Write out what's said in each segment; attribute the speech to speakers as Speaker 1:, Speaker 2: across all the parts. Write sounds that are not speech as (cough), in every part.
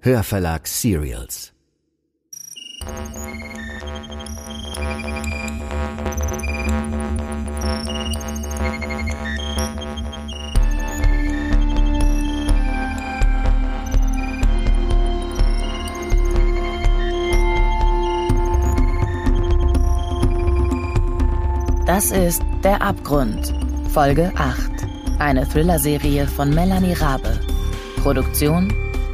Speaker 1: Hörverlag Serials.
Speaker 2: Das ist Der Abgrund, Folge 8. Eine Thriller-Serie von Melanie Rabe. Produktion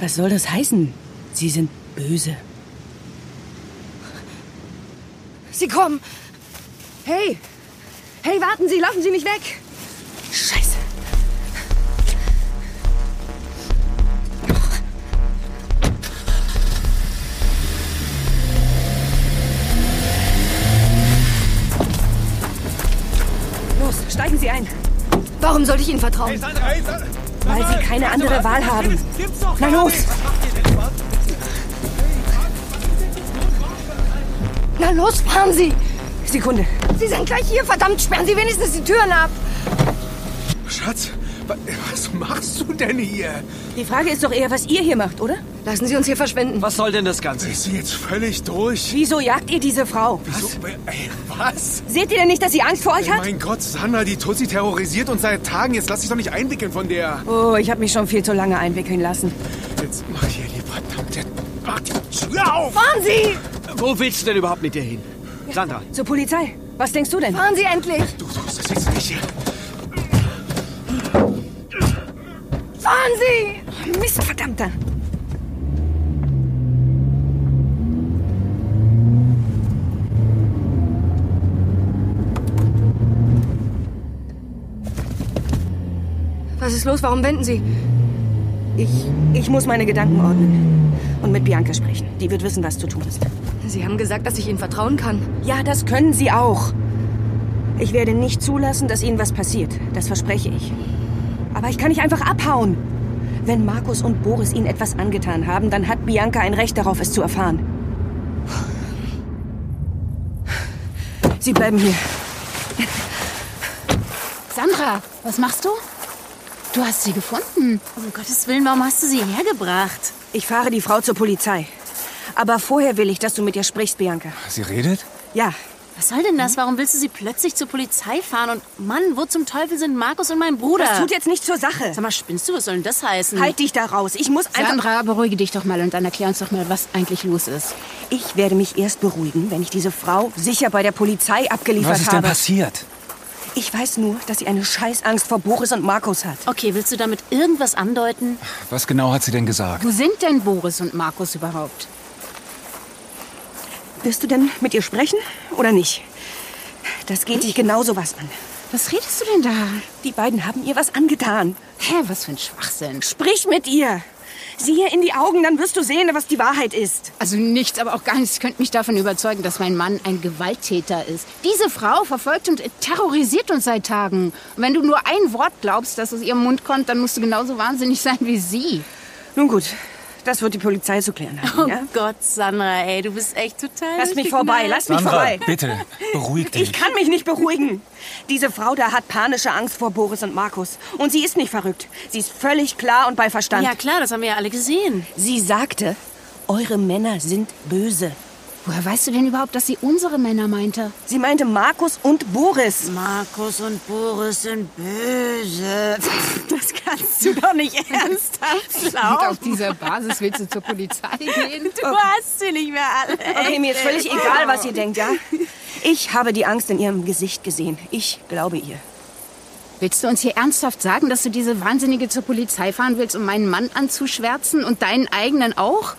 Speaker 3: Was soll das heißen? Sie sind böse.
Speaker 4: Sie kommen! Hey! Hey, warten Sie! Laufen Sie nicht weg!
Speaker 3: Scheiße. Los, steigen Sie ein,
Speaker 4: Warum sollte ich Ihnen vertrauen?
Speaker 3: weil Sie keine andere Wahl haben. Na los!
Speaker 4: Na los, fahren Sie!
Speaker 3: Sekunde.
Speaker 4: Sie sind gleich hier, verdammt! Sperren Sie wenigstens die Türen ab!
Speaker 5: Schatz, wa- was machst du denn hier?
Speaker 3: Die Frage ist doch eher, was ihr hier macht, oder?
Speaker 4: Lassen Sie uns hier verschwinden.
Speaker 6: Was soll denn das Ganze?
Speaker 5: Ist sie jetzt völlig durch?
Speaker 3: Wieso jagt ihr diese Frau?
Speaker 5: Wieso? Ey, was?
Speaker 3: Seht ihr denn nicht, dass sie Angst vor euch hat?
Speaker 5: Mein Gott, Sandra, die Tussi terrorisiert uns seit Tagen. Jetzt lass dich doch nicht einwickeln von der.
Speaker 3: Oh, ich habe mich schon viel zu lange einwickeln lassen.
Speaker 5: Jetzt mach hier die verdammte. Mach die Tür auf!
Speaker 4: Fahren Sie!
Speaker 6: Wo willst du denn überhaupt mit dir hin? Sandra,
Speaker 3: Zur Polizei. Was denkst du denn?
Speaker 4: Fahren Sie endlich!
Speaker 5: Du tust das jetzt nicht hier.
Speaker 4: Fahren Sie!
Speaker 3: Mist, verdammter.
Speaker 4: Was ist los? Warum wenden Sie?
Speaker 3: Ich, ich muss meine Gedanken ordnen und mit Bianca sprechen. Die wird wissen, was zu tun ist.
Speaker 4: Sie haben gesagt, dass ich Ihnen vertrauen kann.
Speaker 3: Ja, das können Sie auch. Ich werde nicht zulassen, dass Ihnen was passiert. Das verspreche ich. Aber ich kann nicht einfach abhauen. Wenn Markus und Boris Ihnen etwas angetan haben, dann hat Bianca ein Recht darauf, es zu erfahren. Sie bleiben hier.
Speaker 7: Sandra, was machst du? Du hast sie gefunden. Um Gottes Willen, warum hast du sie hergebracht?
Speaker 3: Ich fahre die Frau zur Polizei. Aber vorher will ich, dass du mit ihr sprichst, Bianca.
Speaker 5: Sie redet?
Speaker 3: Ja,
Speaker 7: Was soll denn das? Warum willst du sie plötzlich zur Polizei fahren? Und Mann, wo zum Teufel sind Markus und mein Bruder?
Speaker 3: das tut jetzt nicht zur Sache.
Speaker 7: Sag mal, spinnst du? Was soll denn das heißen?
Speaker 3: Halt dich da raus. Ich muss einfach...
Speaker 7: Sandra, beruhige dich doch mal und dann erklär uns doch mal, was eigentlich los ist.
Speaker 3: Ich werde mich erst beruhigen, wenn ich diese Frau sicher bei der Polizei abgeliefert habe.
Speaker 6: passiert?
Speaker 3: Ich weiß nur, dass sie eine Scheißangst vor Boris und Markus hat.
Speaker 7: Okay, willst du damit irgendwas andeuten?
Speaker 6: Was genau hat sie denn gesagt?
Speaker 7: Wo sind denn Boris und Markus überhaupt?
Speaker 3: Wirst du denn mit ihr sprechen oder nicht? Das geht dich genauso was an.
Speaker 7: Was redest du denn da?
Speaker 3: Die beiden haben ihr was angetan.
Speaker 7: Hä, was für ein Schwachsinn.
Speaker 3: Sprich mit ihr. Sieh ihr in die Augen, dann wirst du sehen, was die Wahrheit ist.
Speaker 7: Also nichts, aber auch gar nichts könnte mich davon überzeugen, dass mein Mann ein Gewalttäter ist. Diese Frau verfolgt und terrorisiert uns seit Tagen. Und wenn du nur ein Wort glaubst, das aus ihrem Mund kommt, dann musst du genauso wahnsinnig sein wie sie.
Speaker 3: Nun gut, das wird die Polizei zu klären haben.
Speaker 8: Oh
Speaker 3: ja?
Speaker 8: Gott, Sandra, ey, du bist echt total.
Speaker 3: Lass mich
Speaker 8: durchgeknallt.
Speaker 3: vorbei, lass mich vorbei.
Speaker 9: bitte, beruhig
Speaker 3: Ich kann mich nicht beruhigen. Diese Frau da hat panische Angst vor Boris und Markus. Und sie ist nicht verrückt. Sie ist völlig klar und bei Verstand.
Speaker 8: Ja klar, das haben wir ja alle gesehen.
Speaker 3: Sie sagte, eure Männer sind böse.
Speaker 7: Woher weißt du denn überhaupt, dass sie unsere Männer meinte?
Speaker 3: Sie meinte Markus und Boris.
Speaker 8: Markus und Boris sind
Speaker 3: (laughs)
Speaker 8: böse. Das kannst du doch nicht (laughs) ernsthaft
Speaker 7: Und
Speaker 8: glauben.
Speaker 7: auf dieser Basis willst du zur Polizei gehen?
Speaker 8: Du hast sie nicht mehr alle.
Speaker 3: Okay, mir ist völlig egal,
Speaker 8: (laughs)
Speaker 3: was ihr denkt, ja? Ich habe die Angst in ihrem Gesicht gesehen. Ich glaube ihr.
Speaker 7: (laughs) Willst du uns hier ernsthaft sagen, dass du diese Wahnsinnige zur Polizei fahren willst, um meinen Mann anzuschwärzen und deinen eigenen auch?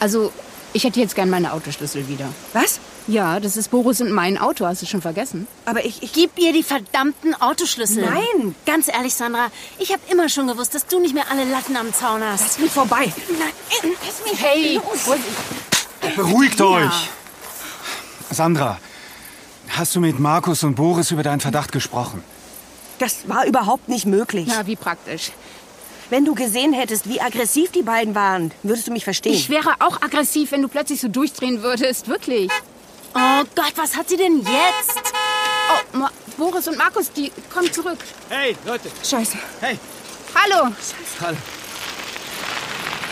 Speaker 7: Also, ich hätte jetzt gern meine Autoschlüssel wieder.
Speaker 3: Was?
Speaker 7: Ja, das ist Boris und mein Auto, hast du schon vergessen?
Speaker 3: Aber ich, ich...
Speaker 8: Gib ihr die verdammten Autoschlüssel.
Speaker 3: Nein.
Speaker 8: Ganz ehrlich, Sandra, ich habe immer schon gewusst, dass du nicht mehr alle Latten am Zaun hast.
Speaker 3: Lass mich vorbei.
Speaker 8: Nein, äh, lass mich
Speaker 7: Hey,
Speaker 6: Beruhigt euch! Sandra, hast du mit Markus und Boris über deinen Verdacht gesprochen?
Speaker 3: Das war überhaupt nicht möglich.
Speaker 7: na, wie praktisch.
Speaker 3: Wenn du gesehen hättest, wie aggressiv die beiden waren, würdest du mich verstehen.
Speaker 7: Ich wäre auch aggressiv, wenn du plötzlich so durchdrehen würdest, wirklich.
Speaker 8: Oh Gott, was hat sie denn jetzt?
Speaker 7: Oh, Ma Boris und Markus, die kommen zurück.
Speaker 6: Hey, Leute!
Speaker 3: Scheiße.
Speaker 6: Hey!
Speaker 7: Hallo.
Speaker 6: Hallo.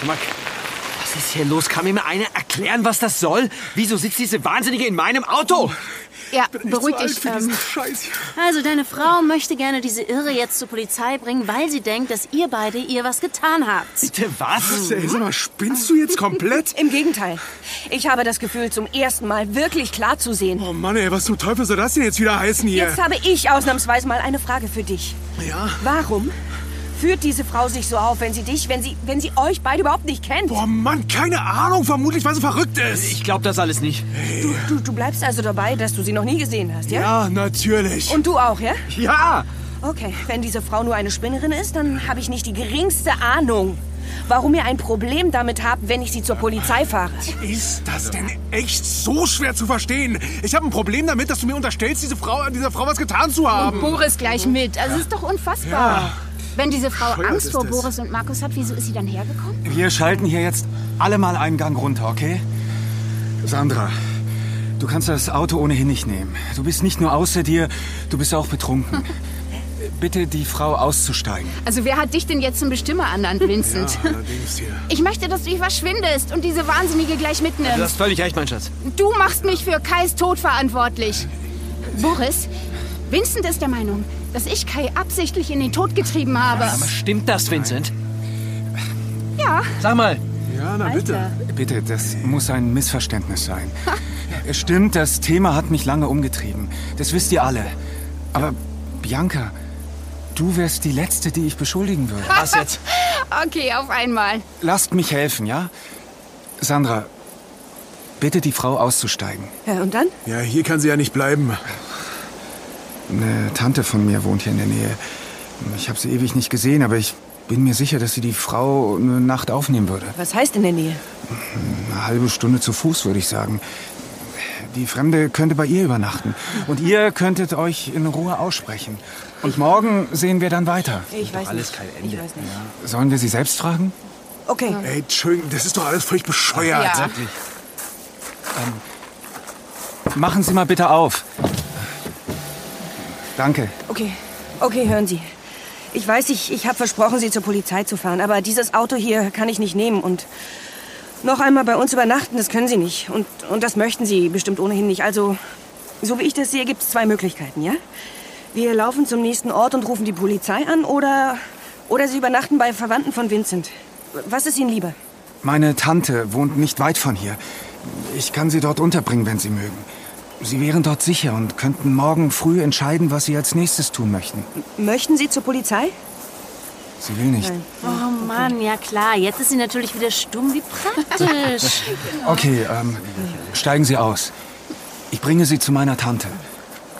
Speaker 6: Mark, was ist hier los? Kann mir mal einer erklären, was das soll? Wieso sitzt diese Wahnsinnige in meinem Auto?
Speaker 7: Ja,
Speaker 5: Bin echt
Speaker 7: beruhig
Speaker 5: zu alt
Speaker 7: dich.
Speaker 5: für
Speaker 7: Ähm,
Speaker 5: diesen Scheiß hier.
Speaker 8: Also, deine Frau möchte gerne diese Irre jetzt zur Polizei bringen, weil sie denkt, dass ihr beide ihr was getan habt.
Speaker 6: Bitte was?
Speaker 5: Ey, sag mal, spinnst du jetzt komplett?
Speaker 3: Im Gegenteil. Ich habe das Gefühl, zum ersten Mal wirklich klar zu sehen.
Speaker 5: Oh Mann, ey, was zum Teufel soll das denn jetzt wieder heißen hier?
Speaker 3: Jetzt habe ich ausnahmsweise mal eine Frage für dich.
Speaker 5: Ja?
Speaker 3: Warum führt diese Frau sich so auf, wenn sie dich, wenn sie, wenn sie euch beide überhaupt nicht kennt?
Speaker 5: Boah, Oh Mann, keine Ahnung, vermutlich, weil sie verrückt ist.
Speaker 6: Ich glaube das alles nicht.
Speaker 3: Du, du, du bleibst also dabei, dass du sie noch nie gesehen hast, ja?
Speaker 5: Ja, natürlich.
Speaker 3: Und du auch, ja?
Speaker 6: Ja!
Speaker 3: Okay, wenn diese Frau nur eine Spinnerin ist, dann habe ich nicht die geringste Ahnung, warum ihr ein Problem damit habt, wenn ich sie zur Polizei fahre.
Speaker 5: Ist das denn echt so schwer zu verstehen? Ich habe ein Problem damit, dass du mir unterstellst, diese Frau, dieser Frau was getan zu haben.
Speaker 7: Boris gleich mit. Also, es ist doch unfassbar. Wenn diese Frau
Speaker 5: Bescheuert
Speaker 7: Angst
Speaker 5: ist
Speaker 7: vor
Speaker 5: das.
Speaker 7: Boris und Markus hat, wieso ist sie dann hergekommen?
Speaker 6: Wir schalten hier jetzt alle mal einen Gang runter, okay? Sandra, du kannst das Auto ohnehin nicht nehmen. Du bist nicht nur außer dir, du bist auch
Speaker 5: (laughs)
Speaker 6: betrunken. Bitte die Frau auszusteigen.
Speaker 7: Also, wer hat dich denn jetzt zum Bestimmer ernannt, Vincent?
Speaker 5: Ah, Allerdings hier.
Speaker 7: Ich möchte, dass du dich verschwindest und diese Wahnsinnige gleich mitnimmst.
Speaker 6: hast völlig recht, mein Schatz.
Speaker 7: Du machst mich für Kais Tod verantwortlich. Boris, Vincent ist der Meinung, dass ich Kai absichtlich in den Tod getrieben habe.
Speaker 6: Stimmt das, Vincent?
Speaker 7: Ja,
Speaker 6: Sag mal.
Speaker 5: Ja, na bitte.
Speaker 9: Bitte, das muss ein Missverständnis sein. Es stimmt, das Thema hat mich lange umgetrieben. Das wisst ihr alle. Aber Bianca, du wärst die Letzte, die ich beschuldigen würde.
Speaker 6: Was jetzt?
Speaker 7: okay, auf einmal.
Speaker 9: Lasst mich helfen, ja? Sandra, bitte die Frau auszusteigen.
Speaker 3: Ja, Äh, und dann?
Speaker 5: Ja, hier kann sie ja nicht bleiben.
Speaker 9: Eine Tante von mir wohnt hier in der Nähe. Ich habe sie ewig nicht gesehen, aber ich bin mir sicher, dass sie die Frau eine Nacht aufnehmen würde.
Speaker 3: Was heißt in der Nähe?
Speaker 9: Eine halbe Stunde zu Fuß, würde ich sagen. Die Fremde könnte bei ihr übernachten. Und ihr könntet euch in Ruhe aussprechen. Und morgen sehen wir dann weiter.
Speaker 3: Ich weiß alles nicht. Kein Ende. Ich weiß nicht.
Speaker 9: Sollen wir sie selbst fragen?
Speaker 3: Okay.
Speaker 5: Ey, Entschuldigung, das ist doch alles völlig bescheuert.
Speaker 7: Ja.
Speaker 9: Machen Sie mal bitte auf. Danke.
Speaker 3: Okay, okay, hören Sie. Ich weiß, ich, ich habe versprochen, Sie zur Polizei zu fahren, aber dieses Auto hier kann ich nicht nehmen und noch einmal bei uns übernachten, das können Sie nicht. Und, und das möchten Sie bestimmt ohnehin nicht. Also, so wie ich das sehe, gibt es zwei Möglichkeiten, ja? Wir laufen zum nächsten Ort und rufen die Polizei an oder, oder Sie übernachten bei Verwandten von Vincent. Was ist Ihnen lieber?
Speaker 9: Meine Tante wohnt nicht weit von hier. Ich kann sie dort unterbringen, wenn Sie mögen. Sie wären dort sicher und könnten morgen früh entscheiden, was Sie als nächstes tun möchten.
Speaker 3: Möchten Sie zur Polizei?
Speaker 9: Sie will nicht.
Speaker 8: Oh Mann, ja klar, jetzt ist sie natürlich wieder stumm, wie praktisch.
Speaker 9: Okay, ähm, steigen Sie aus. Ich bringe Sie zu meiner Tante.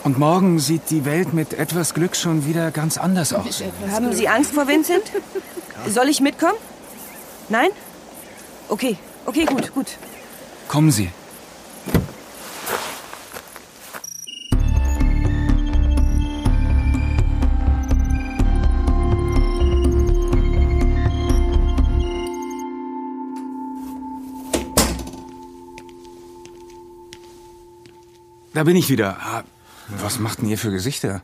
Speaker 9: Und morgen sieht die Welt mit etwas Glück schon wieder ganz anders aus.
Speaker 3: Haben Sie Angst vor Vincent? Soll ich mitkommen? Nein? Okay, okay, gut, gut.
Speaker 9: Kommen Sie. Da bin ich wieder. Ah, Was macht denn ihr für Gesichter?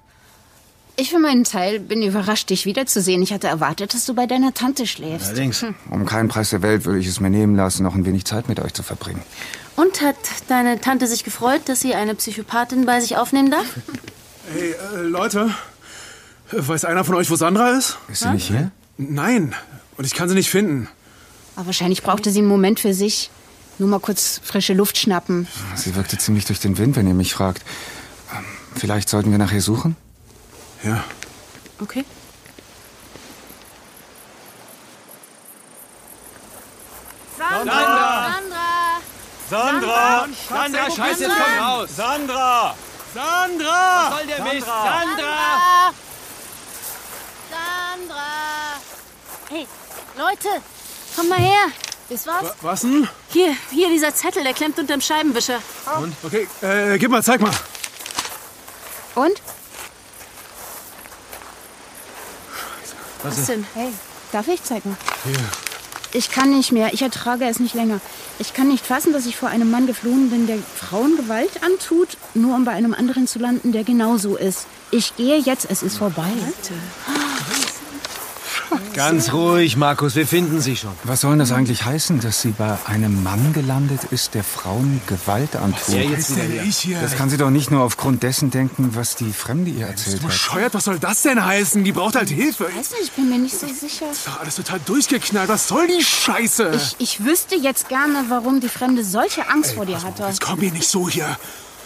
Speaker 7: Ich für meinen Teil bin überrascht, dich wiederzusehen. Ich hatte erwartet, dass du bei deiner Tante schläfst.
Speaker 6: Allerdings.
Speaker 9: Um keinen Preis der Welt würde ich es mir nehmen lassen, noch ein wenig Zeit mit euch zu verbringen.
Speaker 8: (laughs) Und hat deine Tante sich gefreut, dass sie eine Psychopathin bei sich aufnehmen darf?
Speaker 5: Ey, äh, Leute, weiß einer von euch, wo Sandra ist?
Speaker 9: Ist sie nicht hier?
Speaker 5: Nein, und ich kann sie nicht finden.
Speaker 7: Aber wahrscheinlich brauchte sie einen Moment für sich. Nur mal kurz frische Luft schnappen.
Speaker 9: Sie wirkte ziemlich durch den Wind, wenn ihr mich fragt. Ähm, Vielleicht sollten wir nach ihr suchen?
Speaker 5: Ja,
Speaker 7: Okay.
Speaker 10: Sandra!
Speaker 8: Sandra!
Speaker 10: Sandra!
Speaker 9: Sandra, scheiße, jetzt komm raus!
Speaker 10: Sandra! Sandra! Was soll der Mist? Sandra!
Speaker 8: Sandra! Hey, Leute, komm mal her. Das war's.
Speaker 5: Was denn?
Speaker 8: Hier, hier, dieser Zettel, der klemmt unterm Scheibenwischer.
Speaker 5: Okay, äh, gib mal, zeig mal.
Speaker 7: Und?
Speaker 5: Was
Speaker 7: Was
Speaker 5: ist?
Speaker 7: denn? Hey, darf ich zeigen? Ich kann nicht mehr. Ich ertrage es nicht länger. Ich kann nicht fassen, dass ich vor einem Mann geflohen bin, der Frauen Gewalt antut, nur um bei einem anderen zu landen, der genauso ist. Ich gehe jetzt. Es ist vorbei.
Speaker 10: Ganz ruhig, Markus, wir finden sie schon.
Speaker 9: Was soll das eigentlich heißen, dass sie bei einem Mann gelandet ist, der Frauen Gewalt antut?
Speaker 10: Ja, jetzt wieder
Speaker 5: Denn
Speaker 10: hier.
Speaker 5: ich hier.
Speaker 9: Das kann sie doch nicht nur aufgrund dessen denken, was die Fremde ihr erzählt hat.
Speaker 5: Bescheuert, was soll das denn heißen? Die braucht halt Hilfe.
Speaker 7: Weißt du, ich bin mir nicht so sicher.
Speaker 5: Ist doch alles total durchgeknallt. Was soll die Scheiße?
Speaker 7: Ich, ich wüsste jetzt gerne, warum die Fremde solche Angst vor dir hatte.
Speaker 5: Also, Jetzt komm mir nicht so hier.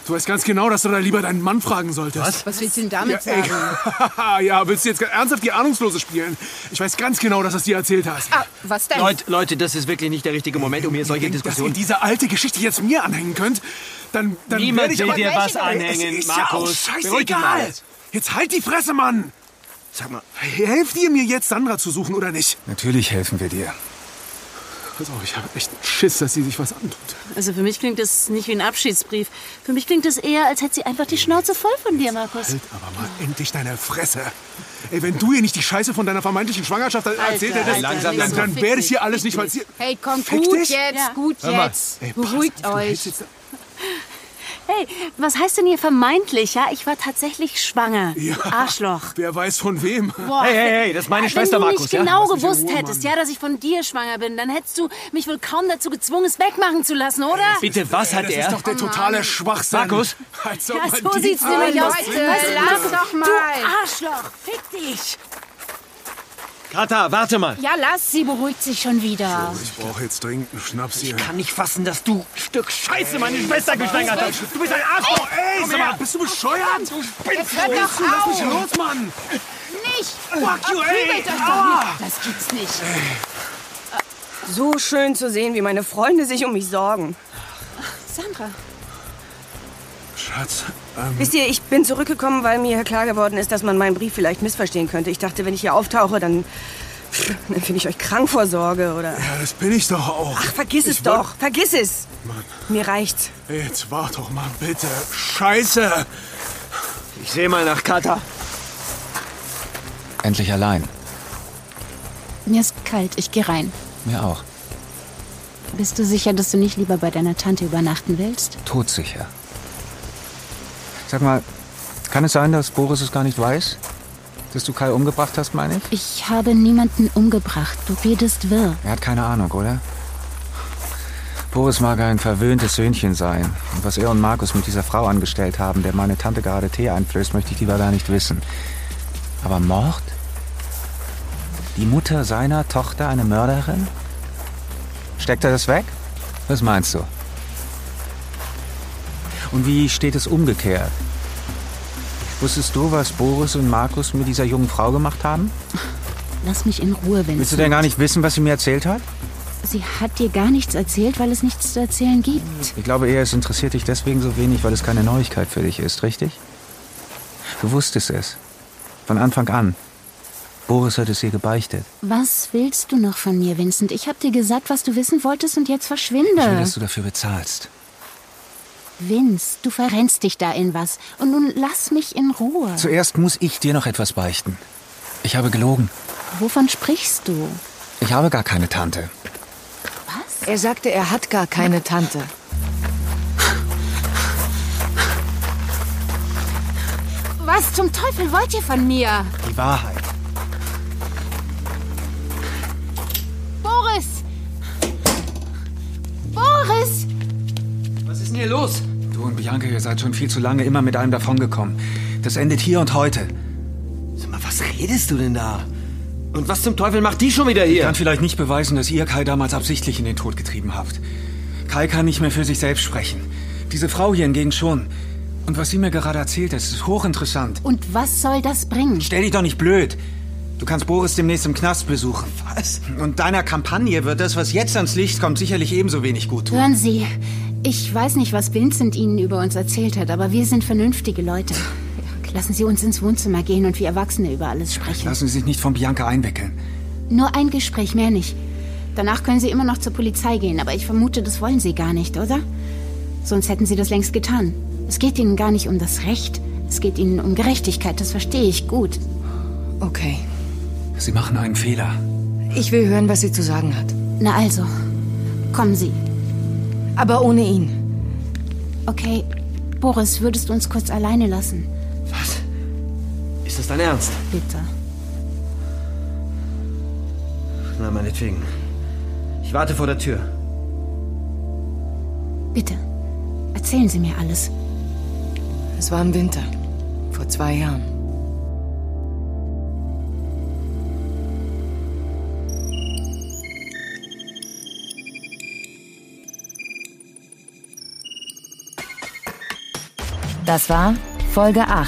Speaker 5: Du weißt ganz genau, dass du da lieber deinen Mann fragen solltest.
Speaker 7: Was willst du denn damit
Speaker 5: Ja, ey,
Speaker 7: sagen?
Speaker 5: (laughs) ja, willst du jetzt ernsthaft die Ahnungslose spielen? Ich weiß ganz genau, dass du es dir erzählt hast.
Speaker 7: Ah, was denn?
Speaker 10: Leute, Leute, das ist wirklich nicht der richtige Moment, um hier solche
Speaker 5: Wenn, dass ihr
Speaker 10: Diskussionen...
Speaker 5: diese alte Geschichte jetzt mir anhängen könnt, dann, dann
Speaker 10: Niemand
Speaker 5: werde ich
Speaker 10: will
Speaker 5: aber-
Speaker 10: dir
Speaker 5: Welche
Speaker 10: was
Speaker 5: denn?
Speaker 10: anhängen,
Speaker 5: es ist
Speaker 10: Markus.
Speaker 5: Ja auch
Speaker 10: Beruhig dich mal
Speaker 5: scheißegal.
Speaker 10: jetzt.
Speaker 5: Jetzt halt die Fresse, Mann.
Speaker 10: Sag mal,
Speaker 5: Helft ihr mir jetzt, Sandra zu suchen oder nicht?
Speaker 9: Natürlich helfen wir dir.
Speaker 5: Pass auf, ich habe echt Schiss, dass sie sich was antut.
Speaker 8: Also für mich klingt das nicht wie ein Abschiedsbrief. Für mich klingt das eher, als hätte sie einfach die Schnauze voll von dir, Markus.
Speaker 5: Halt aber mal endlich deine Fresse. Ey, wenn du ihr nicht die Scheiße von deiner vermeintlichen Schwangerschaft erzählt hättest,
Speaker 10: langsam,
Speaker 5: dann,
Speaker 10: langsam.
Speaker 5: dann wäre das hier alles nicht passiert.
Speaker 7: Hey, komm,
Speaker 5: Fick
Speaker 7: gut
Speaker 5: dich.
Speaker 7: jetzt, gut
Speaker 10: mal.
Speaker 7: jetzt.
Speaker 5: Ey, pass
Speaker 7: Beruhigt
Speaker 5: auf, du hältst
Speaker 7: euch.
Speaker 5: jetzt-
Speaker 8: Hey, was heißt denn hier vermeintlich, ja? Ich war tatsächlich schwanger.
Speaker 5: Ja.
Speaker 8: Arschloch.
Speaker 5: Wer weiß von wem.
Speaker 8: Boah.
Speaker 10: Hey, hey, hey, das ist meine
Speaker 8: Ah, Wenn
Speaker 10: Schwester,
Speaker 8: du
Speaker 10: Markus,
Speaker 8: nicht
Speaker 10: ja?
Speaker 8: genau
Speaker 5: Lass mich in
Speaker 8: gewusst
Speaker 5: Ruhe,
Speaker 8: hättest,
Speaker 5: Mann.
Speaker 8: ja, dass ich von dir schwanger bin, dann hättest du mich wohl kaum dazu gezwungen, es wegmachen zu lassen, oder?
Speaker 10: bitte, was hat
Speaker 5: das
Speaker 10: er?
Speaker 5: ist doch der totale Schwachsinn.
Speaker 10: Markus?
Speaker 5: Als ob
Speaker 8: Ja,
Speaker 5: man
Speaker 8: so
Speaker 5: die
Speaker 8: sieht's nämlich
Speaker 5: Ah,
Speaker 7: Leute,
Speaker 8: aus. Weißt du,
Speaker 7: lass
Speaker 8: Markus,
Speaker 7: doch mal.
Speaker 8: Du Arschloch, fick dich.
Speaker 10: Kata, warte mal.
Speaker 7: Ja, lass sie, beruhigt sich schon wieder.
Speaker 5: Ich brauche jetzt dringend einen Schnaps hier.
Speaker 10: Kann nicht fassen, dass du Stück Scheiße meine Schwester geschwängert hast. Du bist ein Arschloch.
Speaker 5: Ey, sag mal, bist du bescheuert? Du
Speaker 7: Jetzt hört doch
Speaker 5: Lass mich
Speaker 7: auf!
Speaker 5: los, Mann.
Speaker 7: Nicht!
Speaker 5: Fuck you, ey.
Speaker 7: Prügelt euch doch nicht! Das gibt's nicht!
Speaker 3: So schön zu sehen, wie meine Freunde sich um mich sorgen.
Speaker 7: Sandra,
Speaker 5: Schatz, ähm,
Speaker 3: Wisst ihr, ich bin zurückgekommen, weil mir klar geworden ist, dass man meinen Brief vielleicht missverstehen könnte. Ich dachte, wenn ich hier auftauche, dann, pff, dann finde ich euch krank vor Sorge oder...
Speaker 5: ja, das bin ich doch auch.
Speaker 3: Ach, vergiss es
Speaker 5: Ich wollt-
Speaker 3: doch, vergiss es.
Speaker 5: Mann.
Speaker 3: Mir reicht's.
Speaker 5: Ey, Jetzt wart doch mal bitte. Scheiße.
Speaker 10: Ich sehe mal nach Kata.
Speaker 9: Endlich allein.
Speaker 7: mir ist kalt, ich geh rein.
Speaker 9: Mir auch.
Speaker 7: Bist du sicher, dass du nicht lieber bei deiner Tante übernachten willst?
Speaker 9: Todsicher. Sag mal, kann es sein, dass Boris es gar nicht weiß? Dass du Kai umgebracht hast, meine ich?
Speaker 7: Ich habe niemanden umgebracht. Du redest wirr.
Speaker 9: Er hat keine Ahnung, oder? Boris mag ein verwöhntes Söhnchen sein. Und was er und Markus mit dieser Frau angestellt haben, der meine Tante gerade Tee einflößt, möchte ich lieber gar nicht wissen. Aber Mord? Die Mutter seiner Tochter eine Mörderin? Steckt er das weg? Was meinst du? Und wie steht es umgekehrt? Wusstest du, was Boris und Markus mit dieser jungen Frau gemacht haben?
Speaker 7: Lass mich in Ruhe, Vincent.
Speaker 9: Willst du denn gar nicht wissen, was sie mir erzählt hat?
Speaker 7: Sie hat dir gar nichts erzählt, weil es nichts zu erzählen gibt.
Speaker 9: Ich glaube eher, es interessiert dich deswegen so wenig, weil es keine Neuigkeit für dich ist, richtig? Du wusstest es. Von Anfang an. Boris hat es ihr gebeichtet.
Speaker 7: Was willst du noch von mir, Vincent? Ich habe dir gesagt, was du wissen wolltest und jetzt
Speaker 9: Ich will,
Speaker 7: verschwinde.
Speaker 9: dass du dafür bezahlst.
Speaker 7: Vince, du verrennst dich da in was. Und nun lass mich in Ruhe.
Speaker 9: Zuerst muss ich dir noch etwas beichten. Ich habe gelogen.
Speaker 7: Wovon sprichst du?
Speaker 9: Ich habe gar keine Tante.
Speaker 7: Was?
Speaker 11: Er sagte, er hat gar keine Tante.
Speaker 7: Was zum Teufel wollt ihr von mir?
Speaker 9: Die Wahrheit.
Speaker 7: Boris! Boris!
Speaker 10: Was ist denn hier los?
Speaker 9: Du und Bianca, ihr seid schon viel zu lange immer mit einem davongekommen. Das endet hier und heute.
Speaker 10: Sag mal, was redest du denn da? Und was zum Teufel macht die schon wieder hier?
Speaker 9: Kann vielleicht nicht beweisen, dass ihr Kai damals absichtlich in den Tod getrieben habt. Kai kann nicht mehr für sich selbst sprechen. Diese Frau hier hingegen schon.
Speaker 6: Und was sie mir gerade erzählt hat, ist hochinteressant.
Speaker 7: Und was soll das bringen?
Speaker 6: Stell dich doch nicht blöd. Du kannst Boris demnächst im Knast besuchen. Was? Und deiner Kampagne wird das, was jetzt ans Licht kommt, sicherlich ebenso wenig gut tun.
Speaker 7: Hören Sie, ich weiß nicht, was Vincent Ihnen über uns erzählt hat, aber wir sind vernünftige Leute. Lassen Sie uns ins Wohnzimmer gehen und wir Erwachsene über alles sprechen.
Speaker 6: Lassen Sie sich nicht von Bianca einwickeln.
Speaker 7: Nur ein Gespräch, mehr nicht. Danach können Sie immer noch zur Polizei gehen, aber ich vermute, das wollen Sie gar nicht, oder? Sonst hätten Sie das längst getan. Es geht Ihnen gar nicht um das Recht, es geht Ihnen um Gerechtigkeit, das verstehe ich gut.
Speaker 11: Okay.
Speaker 6: Sie machen einen Fehler.
Speaker 11: Ich will hören, was sie zu sagen hat.
Speaker 7: Na also, kommen Sie.
Speaker 11: Aber ohne ihn.
Speaker 7: Okay, Boris, würdest du uns kurz alleine lassen?
Speaker 10: Ist das dein Ernst?
Speaker 7: Bitte.
Speaker 10: Na, meinetwegen. Ich warte vor der Tür.
Speaker 7: Bitte. Erzählen Sie mir alles.
Speaker 11: Es war im Winter. Vor zwei Jahren.
Speaker 2: Das war Folge 8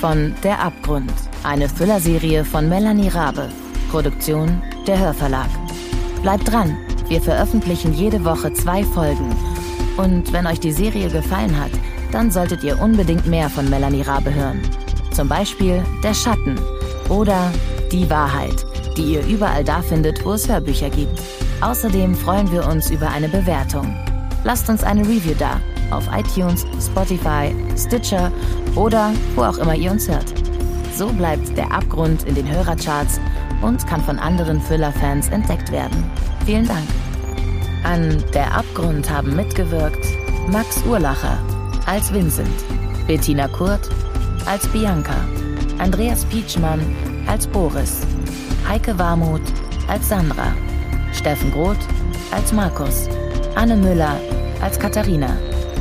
Speaker 2: von Der Abgrund, eine Thriller-Serie von Melanie Rabe, Produktion der Hörverlag. Bleibt dran, wir veröffentlichen jede Woche zwei Folgen. Und wenn euch die Serie gefallen hat, dann solltet ihr unbedingt mehr von Melanie Rabe hören. Zum Beispiel Der Schatten oder Die Wahrheit, die ihr überall da findet, wo es Hörbücher gibt. Außerdem freuen wir uns über eine Bewertung. Lasst uns eine Review da auf iTunes, Spotify, Stitcher oder wo auch immer ihr uns hört. So bleibt der Abgrund in den Hörercharts und kann von anderen Thriller-Fans entdeckt werden. Vielen Dank. An Der Abgrund haben mitgewirkt Max Urlacher als Vincent, Bettina Kurt als Bianca, Andreas Pietschmann als Boris, Heike Warmuth als Sandra, Steffen Groth als Markus, Anne Müller als Katharina,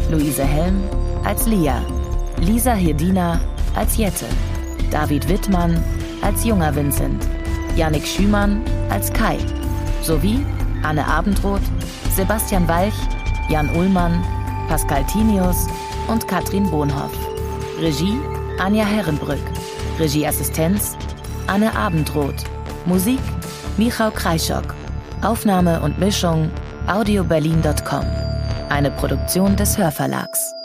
Speaker 2: Luise Helm als Lia, Lisa Hirdina als Jette, David Wittmann als junger Vincent, Yannick Schümann als Kai, sowie Anne Abendroth, Sebastian Walch, Jan Ullmann, Pascal Tinius und Katrin Bohnhoff. Regie Anja Herrenbrück. Regieassistenz Anne Abendroth. Musik Michał Kreischock. Aufnahme und Mischung audioberlin.com. Eine Produktion des Hörverlags.